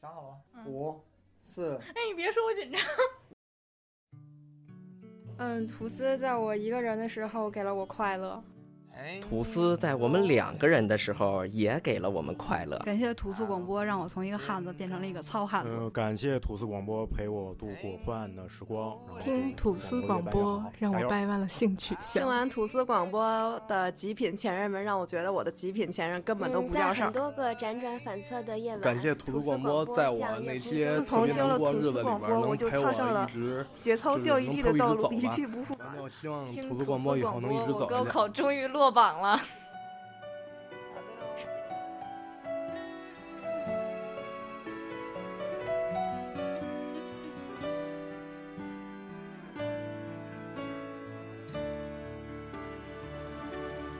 想好了吗？嗯五、四，哎，你别说我紧张。 嗯，吐司在我一个人的时候给了我快乐。吐司在我们两个人的时候也给了我们快乐。感谢嗯吐司广播，让我从一个汉子变成了一个糙汉子。呃，感谢吐司广播陪我度过昏暗的时光。然后听吐司广播让我拜。掰弯了性取听向。完吐司广播的极品前任们，让我觉得我的极品前任根本都嗯，不在叫事很儿。多个辗转反侧的夜晚，感谢吐吐司广播播，在我像那夜空些中特别能过日子里面，能陪我一直 节操掉一地的道就是能陪路，我一一直走吧去不复返然。后希望嗯听吐司广播以后能一直走我高下去。考终于落榜了。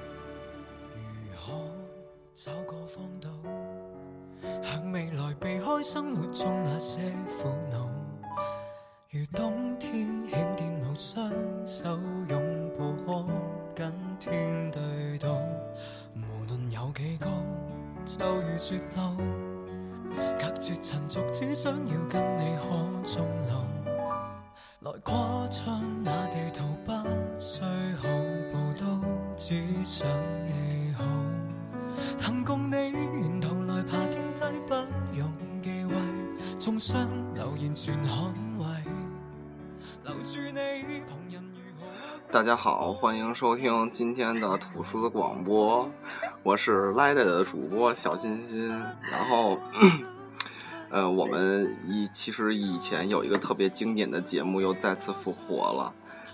如可找個荒島，向未來避開生活中那些苦惱。如冬天險電路，雙手擁抱，可緊天對倒。無論有幾高，就如絕路，隔絕塵俗，只想要跟你可終老。來跨窗那地圖，不需好步都，只想你好。行共你沿途來爬天梯，不用忌諱，縱傷留言全捍衞，留住你旁人如何？大家好，欢迎收听今天的吐司广播，我是 Light 的主播小欣欣。然后， 呃，我们以其实以前有一个特别经典的节目又再次复活了。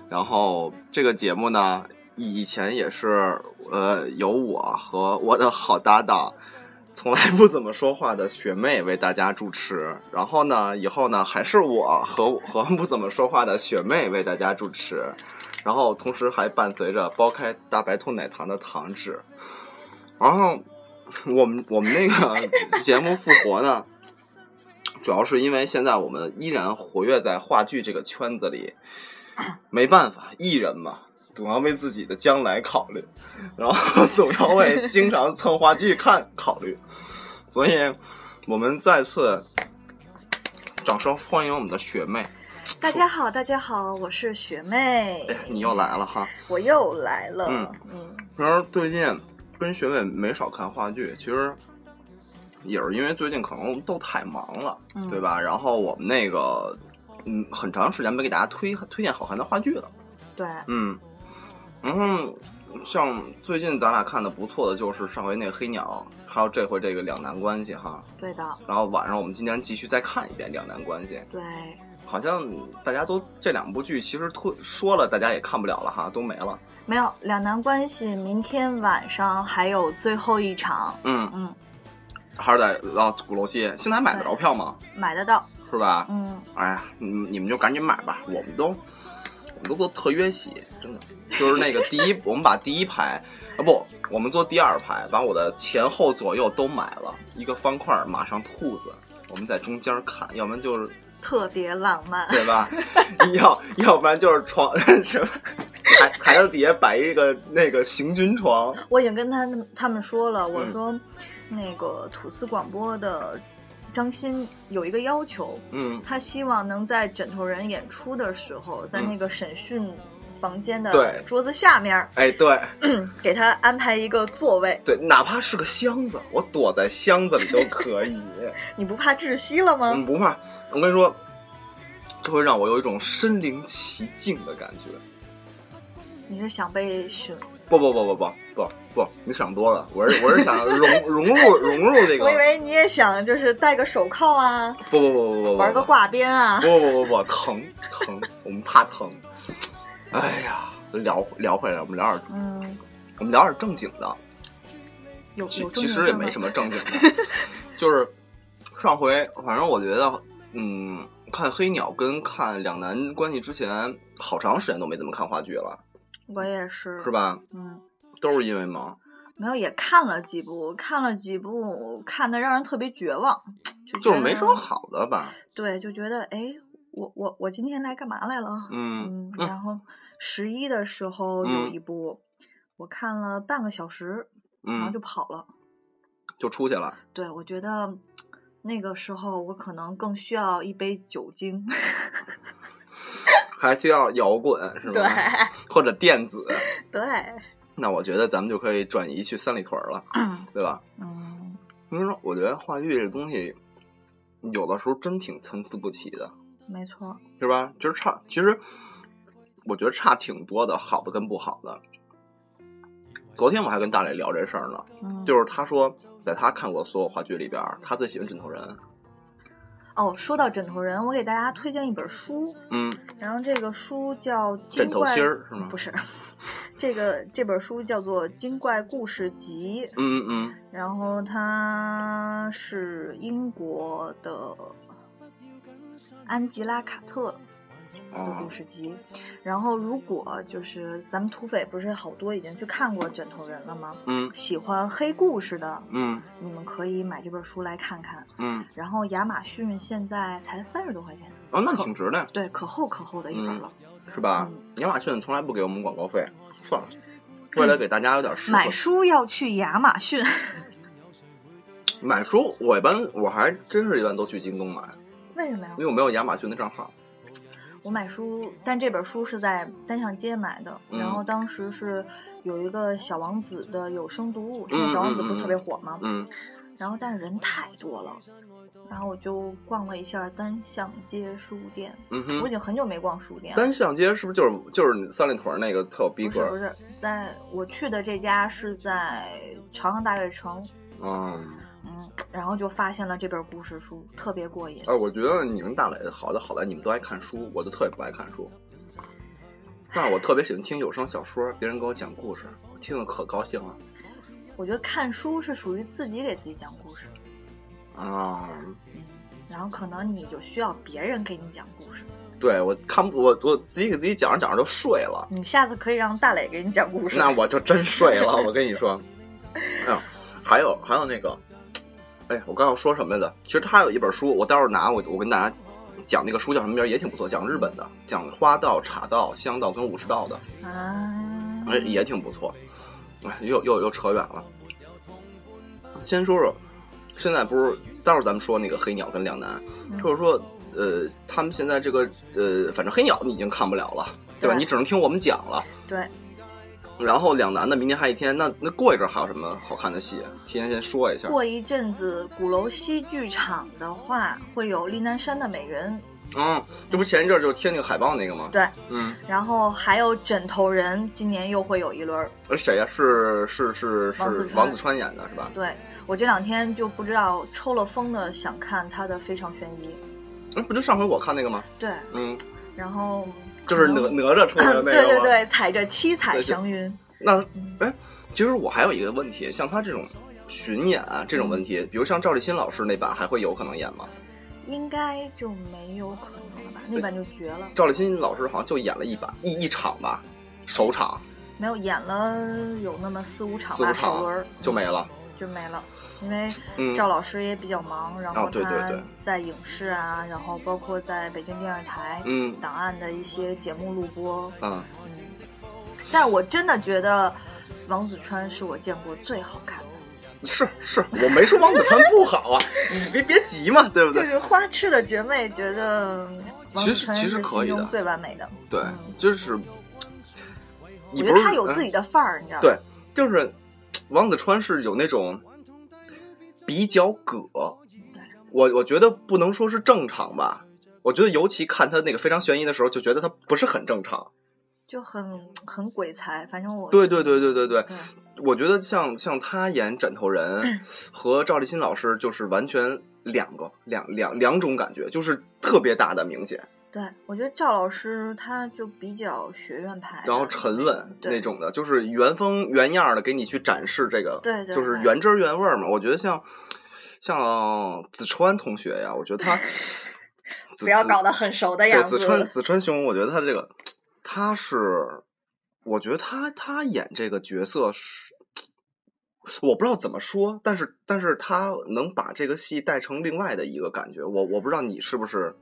然后这个节目呢，以以前也是呃由我和我的好搭档。从来不怎么说话的学妹为大家主持，然后呢，以后呢还是我和和不怎么说话的学妹为大家主持，然后同时还伴随着剥开大白兔奶糖的糖纸。然后我们我们那个节目复活呢，主要是因为现在我们依然活跃在话剧这个圈子里，没办法，艺人嘛，总要为自己的将来考虑，然后总要为经常蹭话剧看考虑，所以我们再次掌声欢迎我们的学妹，大家好，大家好，我是学妹，哎你又来了哈。我又来了。嗯嗯然后最近跟学妹没少看话剧，其实也是因为最近可能都太忙了，嗯对吧？然后我们那个嗯，很长时间没给大家推推荐好看的话剧了，对，嗯，然后像最近咱俩看的不错的就是上回那个《黑鸟》，还有这回这个《两难关系》哈。对的，然后晚上我们今天继续再看一遍《两难关系》，对，好像大家都这两部剧其实推说了，大家也看不了了哈，都没了。没有两难关系，明天晚上还有最后一场，嗯嗯，还是在啊鼓楼西，现在还买得着票吗？买得到。是吧？嗯，哎呀，你们你们就赶紧买吧，我们都我们都都特约席，真的就是那个第一，我们把第一排啊不，我们坐第二排，把我的前后左右都买了一个方块，马上兔子，我们在中间看，要不然就是特别浪漫。对吧？ 要要不然就是床 什么孩孩子底下摆一个那个行军床，我已经跟他们他们说了，我嗯说、那个吐司广播的张欣有一个要求，嗯，他希望能在枕头人演出的时候，在那个审讯房间的对桌子下面儿，哎对。给他安排一个座位。对，哪怕是个箱子，我躲在箱子里都可以。你不怕窒息了吗？嗯，不怕。我跟你说，这会让我有一种身临其境的感觉。你是想被寻？不不不不不不不，你想多了。我是我是想融 融入融入这个我。以为你也想就是戴个手铐啊，不不不不不，玩个挂鞭啊。不不不不疼疼，我们怕疼。哎呀，聊聊回来，我们聊点嗯，我们聊点正经的。有其有正其经实也没什么。么正经 的，就是上回反正我觉得，嗯，看《黑鸟》跟看《两难关系》之前，好长时间都没怎么看话剧了，我也是，是？吧？嗯，都是因为忙，没有也看了几部，看了几部，看的让人特别绝望，就就觉是得没什么。好的吧？对，就觉得哎，我我我今天来干嘛来了？嗯嗯然后十一的时候有嗯一部，我看了半个小时，然后嗯就，跑了。就出去了。对，我觉得那个时候我可能更需要一杯酒精。 还需要摇滚是吗？对，或者电 子。对，那我觉得咱们就可以转移去三里屯 了，对吧？嗯，因为说我觉得话剧这东西，有的时候真挺参差不齐的，没错，是吧？就是差，其实我觉得差挺多的，好的跟不好的。昨天我还跟大磊聊这事儿呢，嗯，就是他说，在他看过所有话剧里边，他最喜欢《枕头人》。哦，说到枕头人，我给大家推荐一本书，嗯，然后这个书叫《精枕头怪心》儿是吗不？是， 这个这本书叫做《精怪故事集》，嗯嗯然后它是英国的安吉拉·卡特嗯，的啊故，事集。然后，如果就是咱们土匪不是好多已经去看过《枕头人》了吗？嗯喜欢黑故事的，嗯你们可以买这本书来看看。嗯，然后亚马逊现在才三十多块钱，哦，那可挺值的，对，可厚可厚的一本嗯了。是吧？亚马逊从来不给我们广告费，算了，为了给大家有点实惠买书要去亚马逊， 买书，我一般我还真是一般都去京东买，为什么呀因？为我没有亚马逊的账号。我买书，但这本书是在单向街买的，嗯然后当时是有一个小王子的有声读物，嗯现在小王子嗯不嗯是特别火吗？嗯然后但是人太多了，然后我就逛了一下单向街书店，嗯我已哼，经很久没逛书店了。单向街是不是就是就是三里屯那个特有逼不格是？不是，在我去的这家是在朝阳大悦城，嗯，嗯，然后就发现了这本故事书，特别过瘾。哎，我觉得你跟大磊好的好在你们都爱看书，我就特别不爱看书。但是我特别喜欢听有声小说，别人给我讲故事，我听得可高兴了我觉得看书是属于自己给自己讲故事，啊！然后可能你就需要别人给你讲故事。对我看不我我自己给自己讲着讲着就睡了，你下次可以让大磊给你讲故事。 那我就真睡了。我跟你说，哎呦，还有还有那个，哎呀，我刚要说什么来着？其实他有一本书，我待会儿拿我我跟大家讲那个书叫什么名儿也挺不错，讲日本的，讲花道、茶道、香道跟武士道的，啊，哎也挺不错。哎，又又又扯远了。先说说，现在不是待会儿咱们说那个黑鸟跟两难，就是说呃，他们现在这个呃，反正黑鸟你已经看不了了，对吧？对你只能听我们讲了。对，然后两难的，明天还一天，那那过一阵儿还有什么好看的戏？啊提前先说一下。过一阵子鼓楼西剧场的话，会有《丽南山的美人嗯，这不前一阵儿就贴那个海报那个吗》，？对，嗯，然后还有《枕头人》，今年又会有一轮儿。而呃谁呀、是是是是王子川王子川演的是吧？对我这两天就不知道抽了风的想看他的《非常悬疑》，那嗯不就上回我看那个吗？对，嗯，然后就是哪 哪吒出来的那对个对吗？对，踩着七彩对是祥云，嗯那哎，其实我还有一个问题，像他这种巡演啊这种问题，比如像赵立新老师那版还会有可能演吗？应该就没有可能了吧？那版就绝了，赵立新老师好像就演了一版一一场吧，首场没有演了有那么四五场四吧，五首场轮儿就没了。就没了，因为嗯赵老师也比较忙，然后哦对对他对在影视啊，然后包括在北京电视台嗯档案的一些节目录播，啊，嗯，但是我真的觉得王子川是我见过最好看的，是是，我没说王子川不好啊，你别别急嘛，对不就对？是花痴的绝妹，觉得王其子实川其是实心可以的中最完美的，对嗯，就是你不我觉是得他有自己嗯的范儿，你知道吗？对，就是王子川是有那种比较葛，我我觉得不能说是正常吧，我觉得尤其看他那个非常悬疑的时候，就觉得他不是很正常。就很很鬼才，反正我嗯对对对对对对，对我觉得像像他演枕头嗯人和赵立新老师就是完全两个两两两种感觉，就是特别大的明显，对，我觉得赵老师他就比较学院派的，然后沉稳对那种的，就是原封原样的给你去展示这个，对对就是对原汁儿原味儿嘛。我觉得像像子川同学呀，我觉得 他子不要子搞得很熟的对样子。子川子川兄，我觉得他这个他是，我觉得他他演这个角色是，我不知道怎么说，但是但是他能把这个戏带成另外的一个感觉，我我不知道你是不是，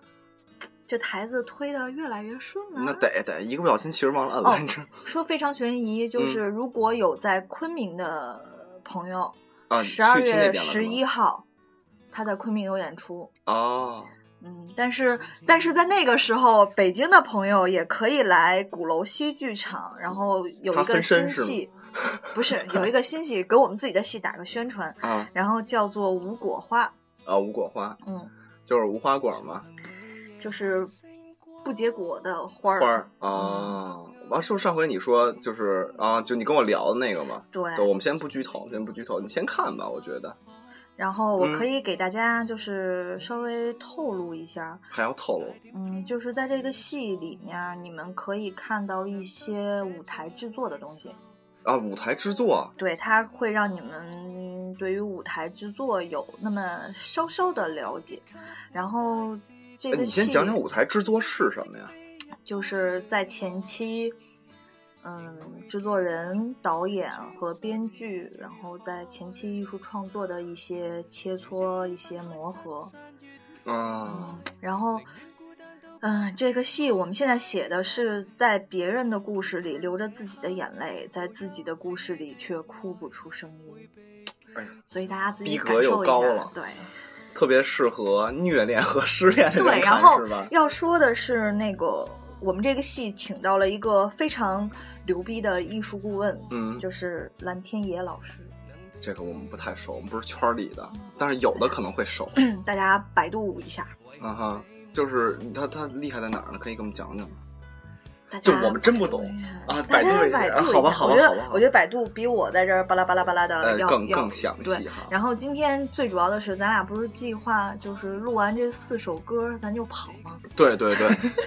这台子推的越来越顺了。那得得一个不小心其实忘了摁嗯哦了，你知道说非常悬疑，就是如果有在昆明的朋友，啊，十二、去去那月边了十是一吗号，他在昆明有演出。哦，嗯，但是但是在那个时候，北京的朋友也可以来鼓楼西剧场，然后有它一个分身新是吗戏，不是有一个新戏给我们自己的戏打个宣传，啊然后叫做《无果花》，啊，无果花嗯，就是无花果嘛，就是不结果的花儿。花儿啊。完、是不是上回你说就是啊，就你跟我聊的那个嘛？对我们先不剧透，先不剧透，你先看吧，我觉得然后我嗯可以给大家就是稍微透露一下，还要透露。嗯，就是在这个戏里面，你们可以看到一些舞台制作的东西。啊，舞台制作对，它会让你们对于舞台制作有那么稍稍的了解。然后这哎个你先戏讲讲舞台制作是什么呀？啊就是在前期，嗯，制作人、导演和编剧，然后在前期艺术创作的一些切磋、一些磨合。嗯啊，然后，嗯，这个戏我们现在写的是在别人的故事里流着自己的眼泪，在自己的故事里却哭不出声音，哎呀，所以大家自己逼感格又受一高下了。对特别适合虐恋和失恋的 对，人看然后是吧？要说的是那个。我们这个戏请到了一个非常牛逼的艺术顾问，嗯就是蓝天野老师，这个我们不太熟，我们不是圈儿里的，但是有的可能会 熟。嗯大家百度一下。啊哈，就是他他厉害在哪儿呢？可以给我们讲讲吗？大家嗯就我们真不懂啊，百大度家一下，百啊度好吧，一下好吧，我觉好得吧，我觉得百度比我在这儿巴拉巴拉巴拉的呃要更要更详对细哈然后今天最主要的是，咱俩不是计划就是录完这四首歌咱就跑吗？对对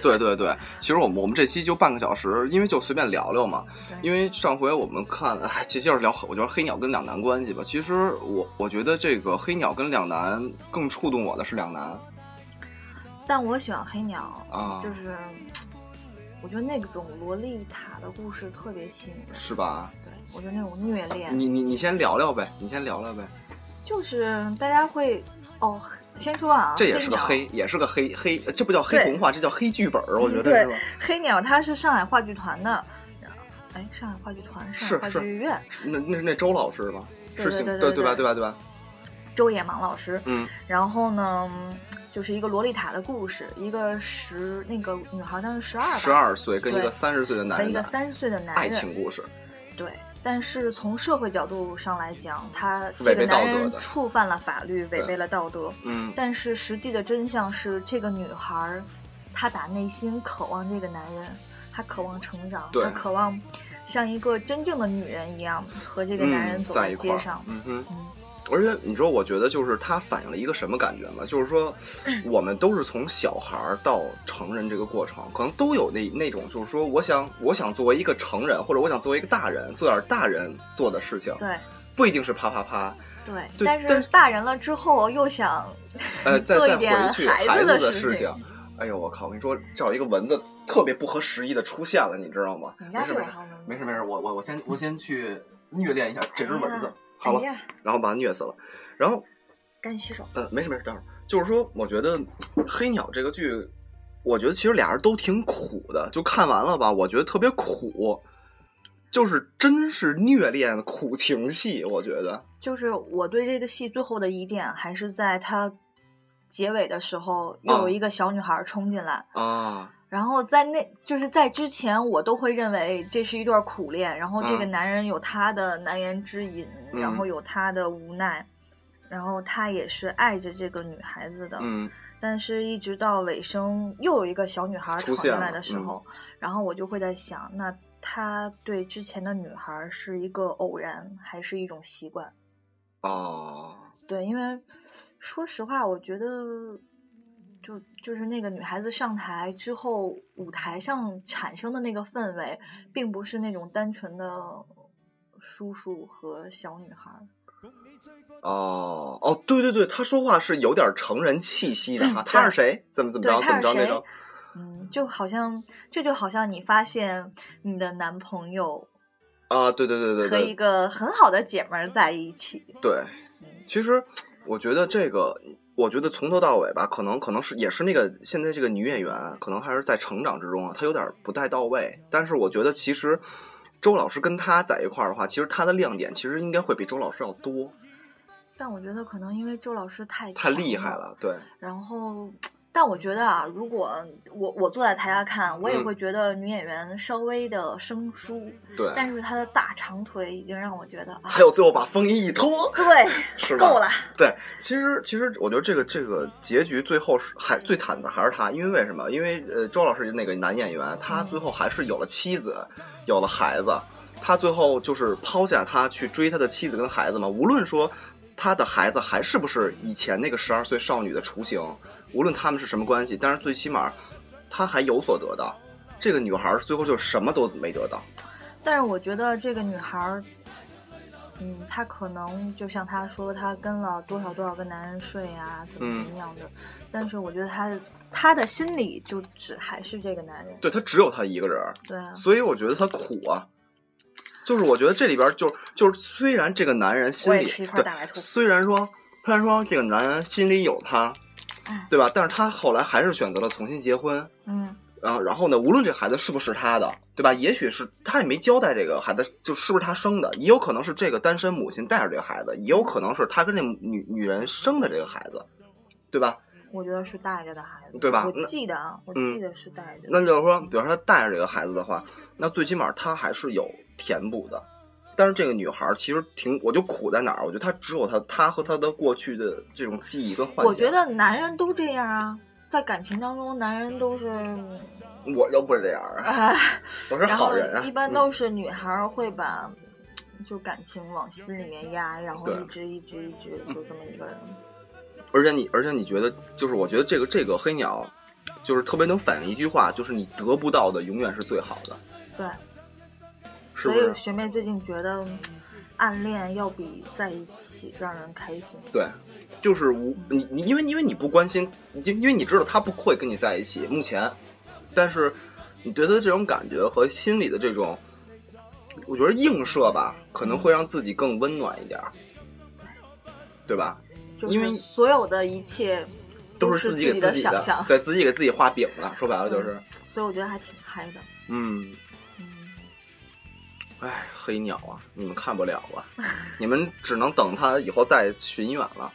对 对对对，其实我们我们这期就半个小时，因为就随便聊聊嘛。因为上回我们看，哎，其实就是聊，我觉得黑鸟跟两难关系吧。其实我我觉得这个黑鸟跟两难更触动我的是两难但我喜欢黑鸟，啊就是我觉得那种洛丽塔的故事特别吸引人，是吧？我觉得那种虐恋你你你先聊聊呗，你先聊聊呗。就是大家会哦，先说啊，这也是个黑鸟。，也是个黑黑，这不叫黑对童话，这叫黑剧本儿，我觉嗯得是吧对？，黑鸟它是上海话剧团的，哎，上海话剧团，上海是话剧是院，，那那是那周老师吧？对是对姓对对对吧？对对吧？对吧？周野芒老师，嗯，然后呢，嗯就是一个洛丽塔的故事，一个十那个女孩当时十二吧，十二岁跟一个对三十岁的男和人一的个三十岁的男人，爱情故事，对。但是从社会角度上来讲，他违这背个道男德人的触犯了法律，违对背了道德。嗯但是实际的真相是，这个女孩儿，她打内心渴望这个男人，她渴望成长，对她渴望像一个真正的女人一样和这个男人嗯，走在在一块街儿上，。嗯哼。而且你知道，我觉得就是它反映了一个什么感觉吗？就是说，嗯我们都是从小孩儿到成人这个过程，可能都有那那种，就是说，我想我想作为一个成人，或者我想作为一个大人，做点大人做的事情，对不一定是啪啪啪，对，对但但是是大人了之后又想呃， 再做一再点回去孩子子的的事情。哎呦，我靠！我跟你说，这有一个蚊子特别不合时宜的出现了，你知道吗？你没家事是没哎有事啥蚊子没事没事，我我我先我先去虐恋一下这只蚊子，哎呀好了哎，呀，然后把它虐死了。然后，干洗手。呃，没事没事，待会儿就是说，我觉得《黑鸟》这个剧，我觉得其实俩人都挺苦的，就看完了吧，我觉得特别苦，就是真是虐恋苦情戏，我觉得。就是我对这个戏最后的疑点还是在它结尾的时候，嗯又有一个小女孩冲进来，啊，然后在那就是在之前我都会认为这是一段苦恋，然后这个嗯男人有他的难言之隐，嗯然后有他的无奈，然后他也是爱着这个女孩子的，嗯，但是，一直到尾声又有一个小女孩出闯现进了嗯来的时候，然后我就会在想，那他对之前的女孩是一个偶然，还是一种习惯？啊，对，因为说实话，我觉得就就是那个女孩子上台之后，舞台上产生的那个氛围，并不是那种单纯的叔叔和小女孩。哦哦，对对对，他说话是有点成人气息的哈。嗯他是谁？怎么怎么对着？怎他么是着那谁种？嗯，就好像这就好像你发现你的男朋友啊，对对对对和一对个很好的姐们儿在一起。对。其实我觉得这个，我觉得从头到尾吧，可能可能是也是那个现在这个女演员，可能还是在成长之中啊，她有点不太到位。但是我觉得其实周老师跟她在一块儿的话，其实她的亮点其实应该会比周老师要多。但我觉得可能因为周老师太太厉强害了，对，然后，但我觉得啊，如果我我坐在台下看，我也嗯会觉得女演员稍微的生疏，对但是她的大长腿已经让我觉得啊，哎还有最后把风衣一 脱，对， 是吧够了，对，其实其实我觉得这个这个结局最后是还最惨的还是他，因为为什么？因为呃，周老师那个男演员，他最后还是有了妻子，有了孩子，他最后就是抛下他去追他的妻子跟孩子嘛。无论说他的孩子还是不是以前那个十二岁少女的雏形，无论他们是什么关系，但是最起码他还有所得到。这个女孩最后就什么都没得到，但是我觉得这个女孩儿，嗯，她可能就像她说，她跟了多少多少个男人睡啊，怎嗯么怎么样的，但是我觉得她她的心里就只还是这个男人，对她只有她一个人儿。对啊，所以我觉得他苦啊。就是我觉得这里边儿就就是虽然这个男人心我里也吃一块对大白，兔虽然说虽然说这个男人心里有他哎，对吧？但是他后来还是选择了重新结婚。嗯，然后，然后呢？无论这孩子是不是他的，对吧？也许是他也没交代这个孩子就是不是他生的，也有可能是这个单身母亲带着这个孩子，也有可能是他跟这女女人生的这个孩子，对吧？我觉得是带着的孩子，对吧我那记得啊，我嗯记得是带着的，嗯那就是说，比方说他带着这个孩子的话，那最起码他还是有填补的。但是这个女孩儿其实挺，我就苦在哪儿？我觉得她只有她，她和她的过去的这种记忆跟幻想。我觉得男人都这样啊，在感情当中，男人都是，我又不是这样儿啊，啊，我是然好后人啊。一般都是女孩儿会把就感情往心里面压，然后对一直一直一直就这么一个人。嗯而且你，而且你觉得，就是我觉得这个这个黑鸟，就是特别能反映一句话，就是你得不到的永远是最好的，对，是所不以是？啊学妹最近觉得嗯暗恋要比在一起让人开心。对，就是无你你，因为因为你不关心，因因为你知道他不会跟你在一起，目前，但是你对他的这种感觉和心里的这种，我觉得映射吧，可能会让自己更温暖一点儿，对吧？就因为是所有的一切都是是己给的自己想象，嗯对自己给自己画饼了，说白了就是，所以我觉得还挺嗨的。嗯，嗯，哎，黑鸟啊，你们看不了了，你们只能等他以后再巡演了。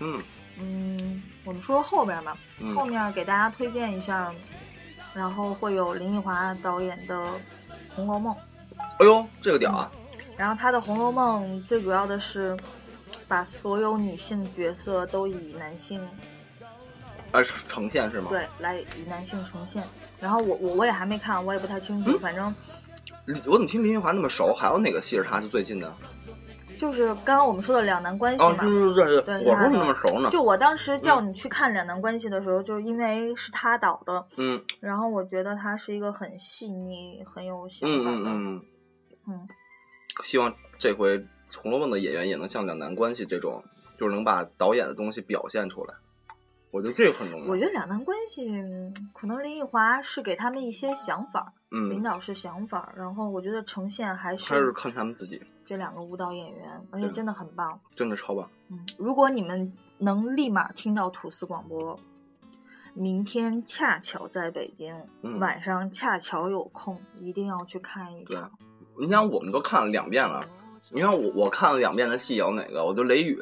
嗯嗯，我们说后面吧，嗯后面给大家推荐一下，然后会有林奕华导演的《红楼梦》，哎呦，这个屌啊！然后他的《红楼梦》最主要的是把所有女性角色都以男性呃，呈现是吗？对来以男性呈现，然后我我我也还没看，我也不太清楚，嗯反正我怎么听林奕华那么熟？还有哪个戏是他就最近的？就是刚刚我们说的两难关系哦，嘛，对对对对我是说他怎么的那么熟呢？就我当时叫你去看《两难关系》的时候，就是因为是他导的，嗯然后我觉得他是一个很细腻、很有想嗯法嗯的，嗯，嗯希望这回《红楼梦》的演员也能像两难关系这种，就是能把导演的东西表现出来。我觉得这个很重要。我觉得两难关系，嗯可能林奕华是给他们一些想法，领嗯，导是想法，然后我觉得呈现还还是是看他们自己，这两个舞蹈演员，而且对真的很棒。真的超棒。嗯，如果你们能立马听到吐司广播，明天恰巧在北京，嗯晚上恰巧有空，一定要去看一对场。你想，我们都看了两遍了。你看我我看了两遍的戏有哪个？我就《雷雨》，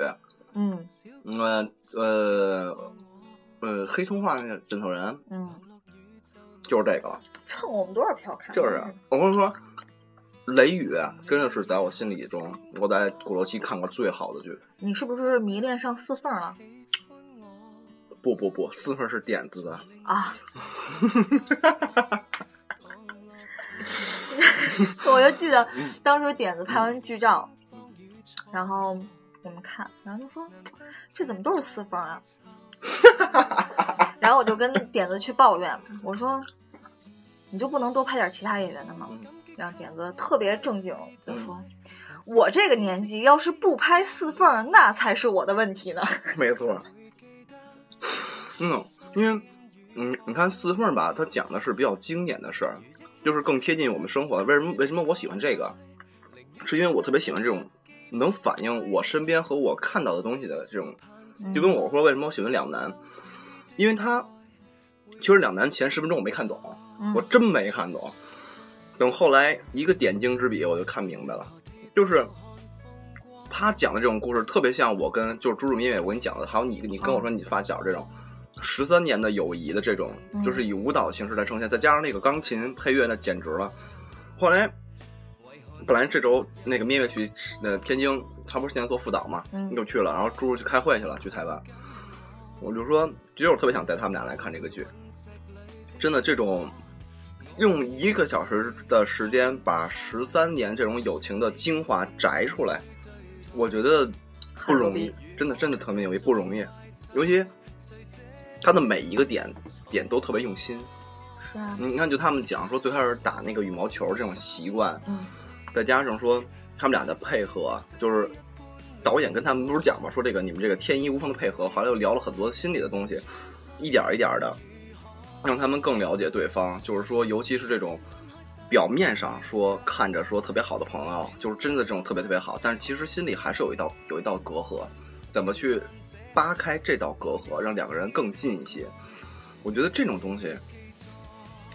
嗯嗯呃呃呃，黑童话那个枕头人嗯，就是这个了。蹭我们多少票看？就是啊我跟你说，《雷雨》啊真的是在我心里中，我在鼓楼西看过最好的剧。你是不是迷恋上四凤了不不不，四分是点子的，啊？我就记得当时点子拍完剧照，然后我们看，然后就说这怎么都是四分啊？ 然后我就跟点子去抱怨，我说你就不能多拍点其他演员的嗯吗？然后点子特别正经就说。嗯我这个年纪要是不拍四凤，那才是我的问题呢。没错。嗯，因为嗯，你看四凤吧，它讲的是比较经典的事儿，就是更贴近我们生活的。为什么为什么我喜欢这个？是因为我特别喜欢这种能反映我身边和我看到的东西的这种就跟我说为什么我喜欢两难，因为他其实两难前十分钟我没看懂，嗯我真没看懂。等后来一个点睛之笔，我就看明白了，就是他讲的这种故事特别像我跟就是朱主明伟我跟你讲的，还有你你跟我说你发小这种十三年的友谊的这种，就是以舞蹈形式来呈现，再加上那个钢琴配乐，那简直了。后来本来这周那个灭灭去呃天津，他不是现在做副导嘛，嗯又去了，然后朱去开会去了，去台湾。我就说，其实我特别想带他们俩来看这个剧，真的这种用一个小时的时间把十三年这种友情的精华摘出来，我觉得不容易，真的真的特别容易，不容易。尤其他的每一个点点都特别用心。是啊，你看，就他们讲说最开始打那个羽毛球这种习惯，嗯再加上说他们俩的配合，就是导演跟他们不是讲嘛，说这个你们这个天衣无缝的配合，后来又聊了很多心理的东西，一点儿一点儿的让他们更了解对方，就是说，尤其是这种表面上说看着说特别好的朋友，就是真的这种特别特别好，但是其实心里还是有一道有一道隔阂，怎么去扒开这道隔阂，让两个人更近一些？我觉得这种东西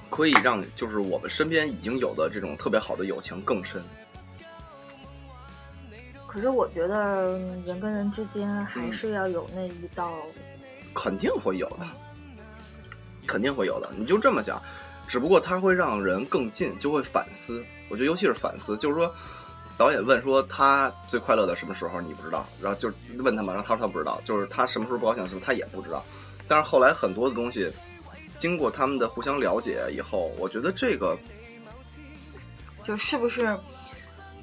可以让就是我们身边已经有的这种特别好的友情更深。可是我觉得人跟人之间还嗯是要有那一道，肯定会有的，肯定会有的。你就这么想，只不过它会让人更近，就会反思。我觉得尤其是反思，就是说，导演问说他最快乐的什么时候你不知道，然后就问他嘛，然后他说他不知道，就是他什么时候不高兴的时候他也不知道。但是后来很多的东西，经过他们的互相了解以后，我觉得这个就是不是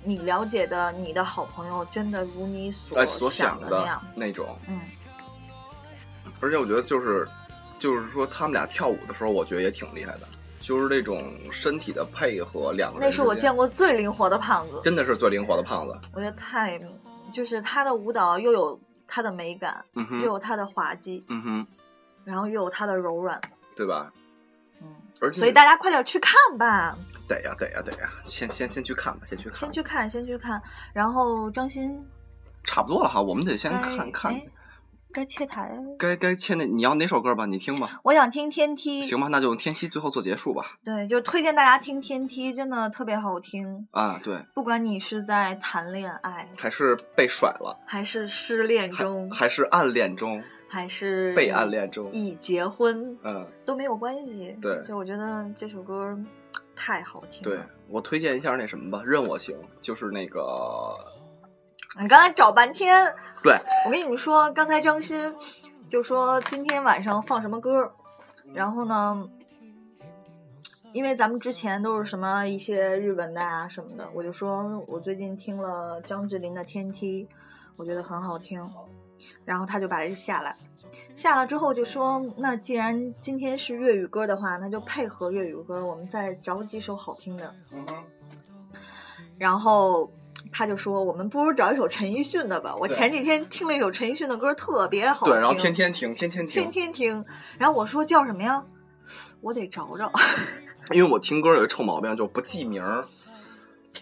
你了解的你的好朋友真的如你所哎所想的那的样？那种，嗯，而且我觉得就是，就是说他们俩跳舞的时候，我觉得也挺厉害的，就是那种身体的配合，两个人那是我之间见过最灵活的胖子，真的是最灵活的胖子。我觉得太，就是他的舞蹈又有他的美感，嗯哼又有他的滑稽，嗯哼，然后又有他的柔软，对吧？嗯，而且所以大家快点去看吧，得呀得呀得呀，先先先去看吧，先去看先吧，去看，先去看。然后张欣差不多了哈，我们得先该看看哎，该切台了，该该签的，你要哪首歌吧？你听吧，我想听《天梯》，行吧，那就用天蝎最后做结束吧。对，就推荐大家听《天梯》，真的特别好听。啊，对，不管你是在谈恋爱，还是被甩了，还是失恋还中，还是暗恋中，还是被暗恋中，已结婚，嗯，都没有关系。对就我觉得这首歌太好听对了。我推荐一下那什么吧，《任我行》，就是那个对，你刚才找半天，对，我跟你们说，刚才张欣就说今天晚上放什么歌，嗯然后呢，因为咱们之前都是什么一些日文的啊什么的，我就说我最近听了张智霖的《天梯》，我觉得很好听，然后他就把这下来，下了之后就说，那既然今天是粤语歌的话，那就配合粤语歌，我们再找几首好听的。嗯然后他就说，我们不如找一首陈奕迅的吧。我对前几天听了一首陈奕迅的歌，特别好听。对，然后天天听，天天听天，天听。然后我说叫什么呀？我得找找。因为我听歌有一臭毛病，就不记名儿。嗯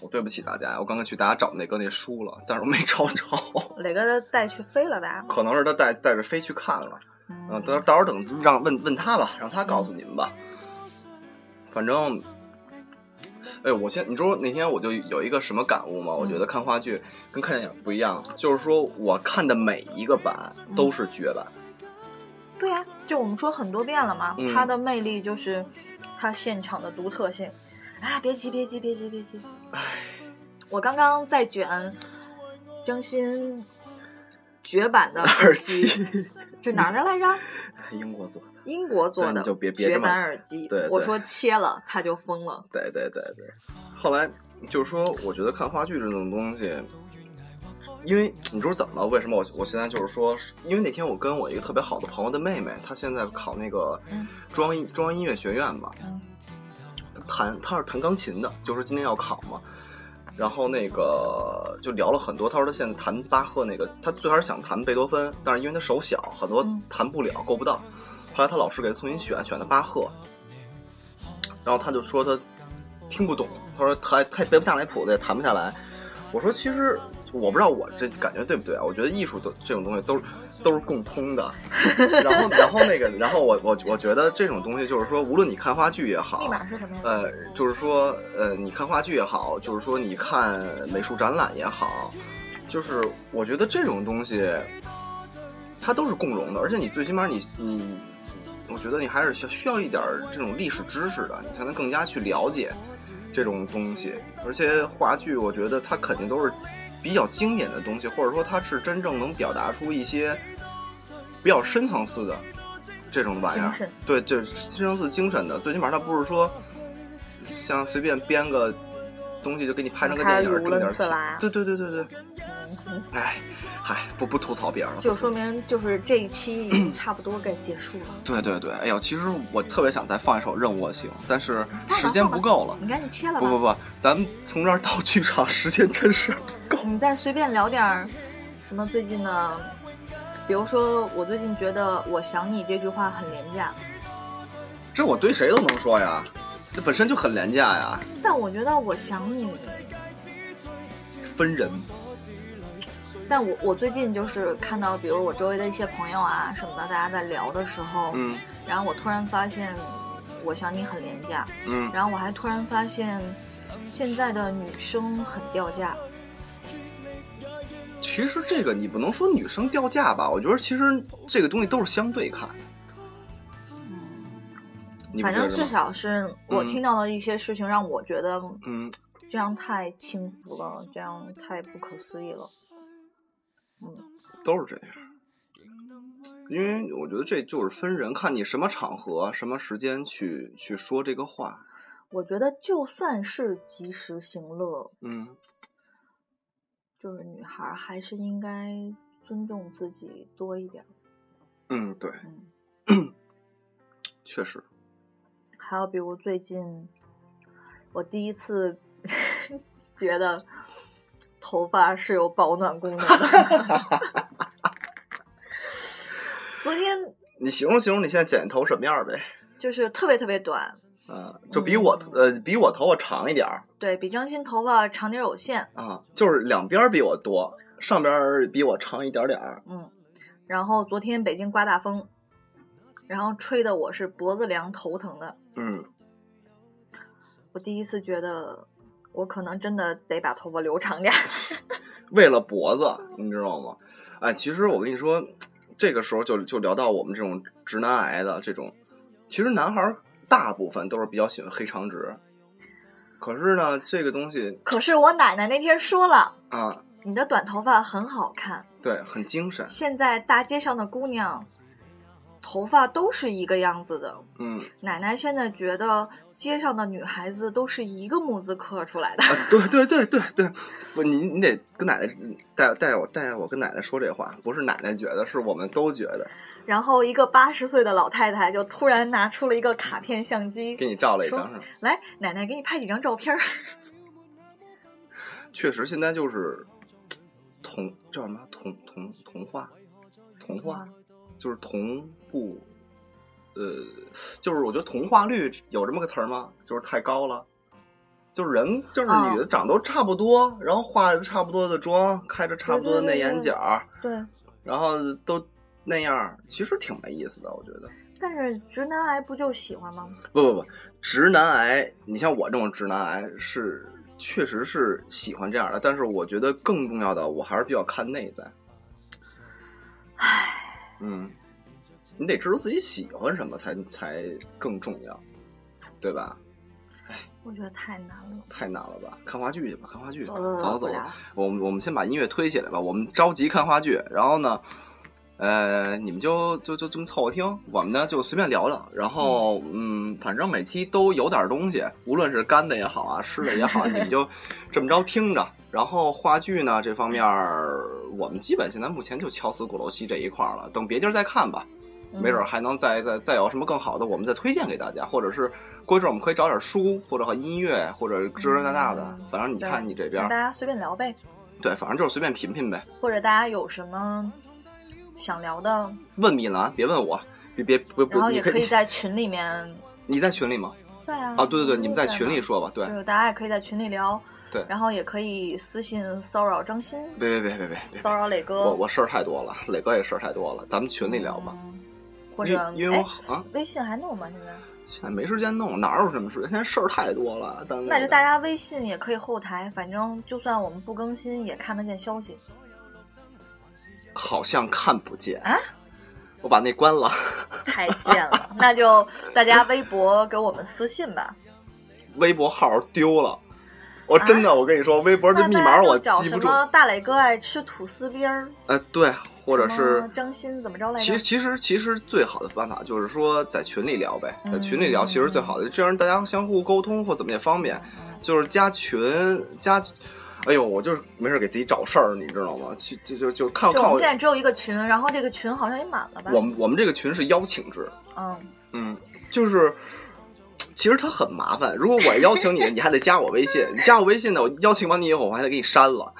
我对不起大家，我刚才去大家找那歌那书了，但是我没找着，磊哥带去飞了吧？可能是他带带着飞去看了。嗯，到时候到时候等让问问他吧，让他告诉你们吧。反正，哎，我先你知道那天我就有一个什么感悟吗？我觉得看话剧跟看电影不一样，就是说我看的每一个版都是绝版。 对呀、就我们说很多遍了嘛，嗯它的魅力就是它现场的独特性。哎，别急，别急，别急，别急。我刚刚在卷张欣绝版的耳机，这哪儿的来着？ 英国做的，英国做对的，你就别别绝这么版耳机。对对我说切了，他就疯了。对对对对。后来就是说，我觉得看话剧这种东西，因为你知道怎么了？为什么我我现在就是说，因为那天我跟我一个特别好的朋友的妹妹，她现在考那个嗯中央音中央音乐学院嘛，弹她是弹钢琴的，就是今年要考嘛。然后那个就聊了很多，她说她现在弹巴赫那个，她最开始想弹贝多芬，但是因为她手小，很多嗯弹不了，够不到。后来她老师给她重新选，选的巴赫。然后她就说她听不懂，她说她她也背不下来谱子，也弹不下来。我说其实我不知道我这感觉对不对啊？我觉得艺术的这种东西都是都是共通的。然后然后那个然后我我我觉得这种东西就是说，无论你看话剧也好，密码是什么呀？呃，就是说，呃，你看话剧也好，就是说你看美术展览也好，就是我觉得这种东西，它都是共融的，而且你最起码你你，我觉得你还是需需要一点儿这种历史知识的，你才能更加去了解这种东西。而且话剧，我觉得它肯定都是比较经典的东西，或者说它是真正能表达出一些比较深层次的这种玩意儿精神，对，这深层次精神的。最起码它不是说像随便编个东西就给你拍成个拍电影儿，无挣点伦儿次钱。啦，对对对对对。嗯哎，嗨，不不吐槽别人了。就说明就是这一期已经差不多该结束 了。对对对，哎呦，其实我特别想再放一首《任我行》，但是放吧时间不够了你。赶紧切了不吧。不不，咱们从这儿到剧场时间真是……你再随便聊点儿什么最近的，比如说我最近觉得“我想你”这句话很廉价，这我对谁都能说呀，这本身就很廉价呀，但我觉得“我想你分人。”，哦但我我最近就是看到，比如我周围的一些朋友啊什么的，大家在聊的时候，嗯然后我突然发现“我想你”很廉价，嗯，然后我还突然发现现在的女生很掉价，其实这个你不能说女生掉价吧，我觉得其实这个东西都是相对看。嗯你不反觉得正吗至少是我嗯听到的一些事情让我觉得嗯，这样太轻浮了，这样太不可思议了。嗯都是这样。因为我觉得这就是分人，看你什么场合、什么时间去去说这个话。我觉得就算是及时行乐，嗯，就是女孩儿还是应该尊重自己多一点儿。嗯，对，确实，还有比如最近，我第一次 觉得头发是有保暖功能的。 昨天你形容形容你现在剪头什么样儿呗？就是特别特别短，啊，就比我、呃比我头发长一点儿对比张鑫头发长点儿有限，啊，就是两边儿比我多，上边儿比我长一点儿点儿。嗯，然后昨天北京刮大风，然后吹的我是脖子凉头疼的。嗯，我第一次觉得，我可能真的得把头发留长点儿。 为了脖子，你知道吗？哎，其实我跟你说，这个时候就就聊到我们这种直男癌的这种，其实男孩儿大部分都是比较喜欢黑长直，可是呢，这个东西可是我奶奶那天说了，啊，你的短头发很好看。对，很精神，现在大街上的姑娘，头发都是一个样子的。嗯。奶奶现在觉得街上的女孩子都是一个模子刻出来的。啊，对对对对对，不，你你得跟奶奶带带我带我跟奶奶说这话，不是奶奶觉得，是我们都觉得。然后一个八十岁的老太太就突然拿出了一个卡片相机，给你照了一说张是吧来，奶奶给你拍几张照片儿。 确实，现在就是同叫什么同同同化，同化就是同步，呃，就是我觉得同化率有这么个词儿吗？就是太高了。就是人，就是啊女的长都差不多，然后化的差不多的妆，开着差不多的对对内对眼对角儿，对，然后都那样儿，其实挺没意思的，我觉得。但是直男癌不就喜欢吗？不不不，直男癌，你像我这种直男癌是确实是喜欢这样的，但是我觉得更重要的，我还是比较看内在。嗯，你得知道自己喜欢什么才才更重要，对吧？我觉得太难了。太难了吧？看话剧去吧，看话剧去吧走走，走走了嗯不走了聊。我们我们先把音乐推起来吧，我们着急看话剧，然后呢，呃，你们就就就这么凑合听，我们呢就随便聊聊，然后嗯，反正每期都有点东西，无论是干的也好啊，湿的也好，你们就这么着听着。然后话剧呢这方面儿，我们基本现在目前就敲死鼓楼西这一块儿了，等别地儿再看吧。嗯没准儿还能再再再有什么更好的，我们再推荐给大家，或者是过一阵儿我们可以找点书，或者和音乐，或者这这那那的，反正你嗯对看你这边让儿大，家随便聊呗，对，反正就是随便品品呗。或者大家有什么想聊的，问米兰，别问我，别别不然不，后你也可可以在群里面你在群里吗？在啊。啊，对对对，你们在嘛群里，说吧，对就是大家也可以在群里聊，对，然后也可以私信骚扰张鑫，别别别别别别，骚扰磊哥。我我事儿太多了，磊哥也事儿太多了，咱们群里聊吧。嗯或者因为我哎啊，微信还弄吗？现在？现在没时间弄，哪有什么时间？现在事儿太多了，单位那就大家微信也可以后台，反正就算我们不更新也看得见消息。好像看不见啊，我把那关了。太贱了，那就大家微博给我们私信吧。微博号丢了，我真的，我跟你说，微博这啊那密码大家我就找记什不住。么大磊哥爱吃吐司边儿，呃，对，或者什么是张鑫怎么着来其着实？其实其实最好的办法就是说在群里聊呗，嗯在群里聊其实最好的，这样大家相互沟通或怎么也方便。就是加群加，哎呦，我就是没事给自己找事儿，你知道吗？去就就就看就我看们现在只有一个群，然后这个群好像也满了吧？我们我们这个群是邀请制，嗯，嗯，就是。其实它很麻烦，如果我邀请你，你 还得加我微信。你加我微信呢，我邀请完你以后，我还得给你删了，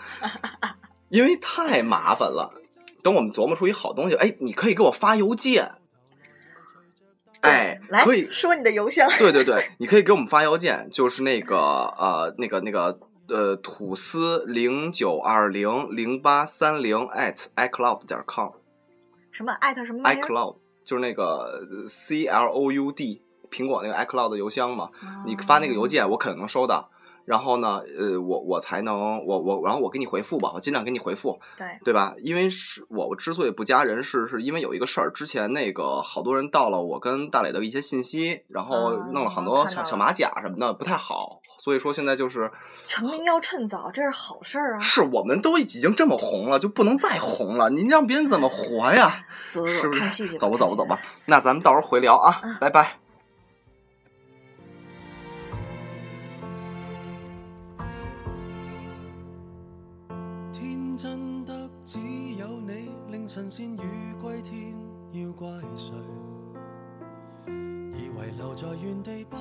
因为太麻烦了。等我们琢磨出一好东西，哎，你可以给我发邮件，哎，来可以说你的邮箱。对对对，你可以给我们发邮件，就是那个呃，那个那个呃，吐司零九二零零八三零 at icloud 点 com 什么艾特什么玩意儿 icloud 就是那个呃 c l o u d 苹果那个 icloud 的邮箱嘛，啊你发那个哦邮件我肯定能收到。然后呢，呃，我我才能我我然后我给你回复吧，我尽量给你回复。对，对吧？因为是我之所以不加人，是是因为有一个事儿，之前那个好多人盗了我跟大磊的一些信息，然后啊弄了很我多看到小了嗯小马甲什么的，不太好。所以说现在就是，成名要趁早，这是好事儿啊。是我们都已经这么红了，就不能再红了，您让别人怎么活呀？走走是走，不看戏是？去走吧。嗯吧，走吧，看戏走去吧。那咱们到时候回聊啊，拜拜。天真得只有你，令神仙雨歸天，要怪誰？以為留在原地不